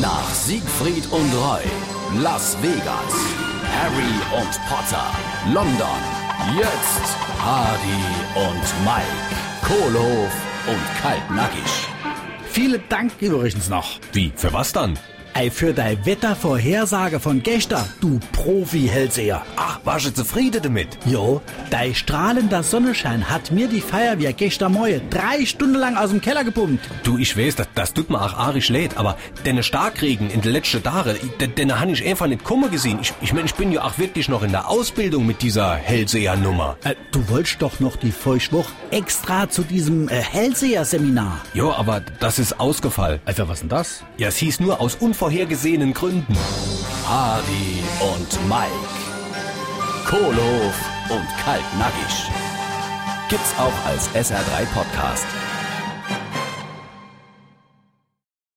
Nach Siegfried und Roy, Las Vegas, Harry und Potter, London, jetzt Hardy und Mike, Kohlhof und Kaltnackig. Vielen Dank übrigens noch. Wie? Für was dann? Ey, für deine Wettervorhersage von gestern, du Profi-Hellseher. Ach, warst du zufrieden damit? Jo, dein strahlender Sonnenschein hat mir die Feuerwehr gestern Morgen drei Stunden lang aus dem Keller gepumpt. Du, ich weiß, das, das tut mir auch arisch leid, aber den Starkregen in den letzten Tagen, den, den habe ich einfach nicht kommen gesehen. Ich, ich meine, ich bin ja auch wirklich noch in der Ausbildung mit dieser Hellseher-Nummer. Äh, du wolltest doch noch die Feuchtwoche extra zu diesem äh, Hellseher-Seminar. Jo, aber das ist ausgefallen. Alter, was denn das? Ja, es hieß nur aus unvorhergesehenen Gründen. Hardy und Mike, Kohlhof und Kaltnackig. Gibt's auch als SR3 Podcast.